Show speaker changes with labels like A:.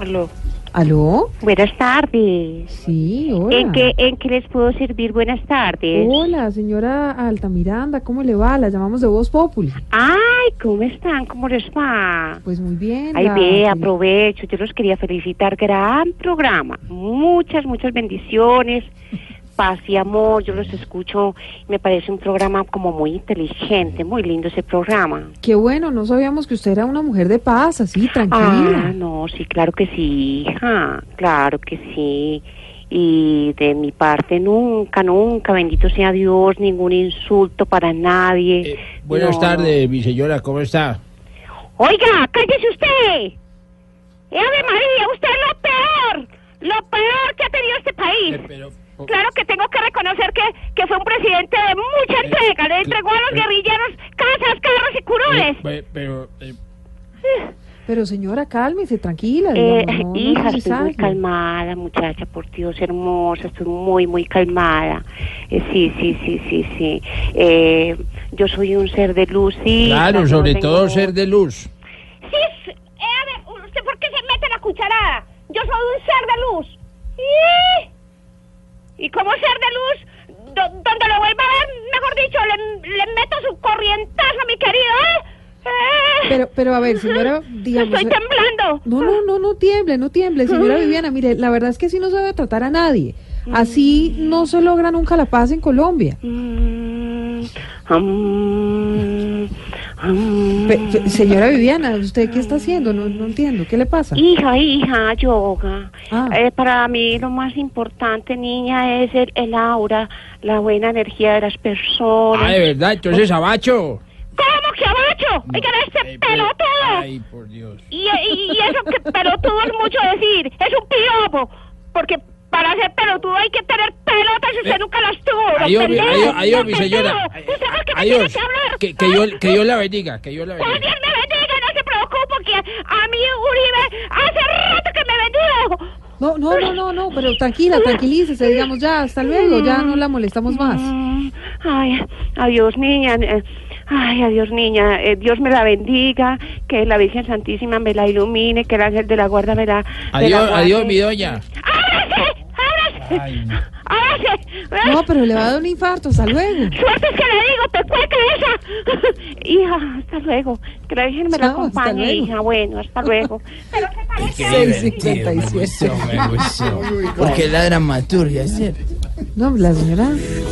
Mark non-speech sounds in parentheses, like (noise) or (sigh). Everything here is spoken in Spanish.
A: Aló.
B: ¿Aló?
A: Buenas tardes.
B: Sí, hola.
A: ¿En qué, ¿En qué les puedo servir? Buenas tardes.
B: Ah. Hola, señora Altamiranda, ¿cómo le va? La llamamos de Voz Populi.
A: Ay, ¿cómo están? ¿Cómo les va?
B: Pues muy bien.
A: Ay,
B: la-
A: ve, aprovecho. Yo los quería felicitar. Gran programa. Muchas, muchas bendiciones. Paz y amor. Yo los escucho. Me parece un programa como muy inteligente. Muy lindo ese programa.
B: Qué bueno, no sabíamos que usted era una mujer de paz, así,
A: Ah,
B: tranquila.
A: no, sí, claro que sí, hija, claro que sí. Y de mi parte nunca, nunca, bendito sea Dios, ningún insulto para nadie. (laughs)
C: Eh, buenas
A: No.
C: tardes, mi señora, ¿cómo está?
A: Oiga, cállese usted. ¡Eh, Ave María, usted es lo peor, lo peor que ha tenido este país.
C: Eh, pero-
A: Claro que tengo que reconocer que, que fue un presidente de mucha entrega, le entregó a los
C: eh.
A: guerrilleros casas, carros y curules.
C: Eh, eh, pero, eh,
B: Pero señora, cálmese, tranquila.
A: Eh, (laughs)
B: digamos, no- no
A: hija,
B: se
A: estoy muy
B: salgue.
A: calmada, muchacha, por Dios hermosa, estoy muy, muy calmada. Eh, sí, sí, sí, sí, sí. Eh, yo soy un ser de luz, sí.
C: claro,
A: no
C: sobre
A: tengo-
C: todo ser de luz.
A: Sí, sí, eh, a ver, ¿usted por qué se mete la cucharada? Yo soy un ser de luz. Y, y como ser de luz, do- donde lo vuelva a ver, mejor dicho, le, le meto su corrientazo, mi querido, ¿eh? Eh,
B: Pero, pero a ver, señora, digamos...
A: (laughs)
B: eh,
A: Estoy temblando.
B: No, no, no, no tiemble, no tiemble, señora Viviana. Mire, la verdad es que así no se debe tratar a nadie. Así no se logra nunca la paz en Colombia.
A: Mm, mm, mm.
B: Pe- pe- señora Viviana, ¿usted qué está haciendo? No, no entiendo, ¿qué le pasa?
A: Hija, hija, yoga.
B: Ah.
A: Eh, para mí lo más importante, niña, es el, el aura, la buena energía de las personas.
C: Ah, de verdad, entonces abacho.
A: ¿Cómo que abacho? Oigan, este
C: Eh, pero-
A: pelotudo.
C: Ay, por Dios.
A: Y, y- y eso que pelotudo es mucho decir, es un piropo. Porque para ser pelotudo hay que tener pelotas y usted
C: Eh,
A: nunca las tuvo. don
C: Adiós, mi-
A: pendejo,
C: adiós, adiós,
A: don
C: mi
A: pelotudo.
C: señora.
A: ¿Usted por qué me tiene
C: Adiós.
A: que hablar? Ah.
C: Que, que yo, que Dios la bendiga, que Dios la
A: Pues
C: bendiga.
A: Dios me bendiga, no se preocupe, que a mí Uribe hace rato que me bendijo.
B: No, no, no, no, no, pero tranquila, tranquilícese, digamos ya, hasta luego, ya no la molestamos más.
A: Mm, Ay, adiós niña, eh, ay, adiós niña, eh, Dios me la bendiga, que la Virgen Santísima me la ilumine, que el ángel de la guarda me la... me la
C: Adiós,
A: guarde.
C: adiós, mi doña.
A: ¡Ábrase! ¡Ábrase!
C: Ay,
A: ¡Ábrase!
B: No, pero le va a dar un infarto, hasta luego.
A: ¡Suerte es que le digo, pecueca esa! (laughs) hija, hasta luego, que la Virgen me la
B: Chao, hasta
A: acompañe,
B: luego.
A: hija, bueno, hasta
B: (laughs)
A: luego. Pero qué tal
C: qué
B: Seis
C: divertido, me
B: 57.
C: gustó, me gustó. Porque la dramaturgia, ¿cierto?
B: No, la señora...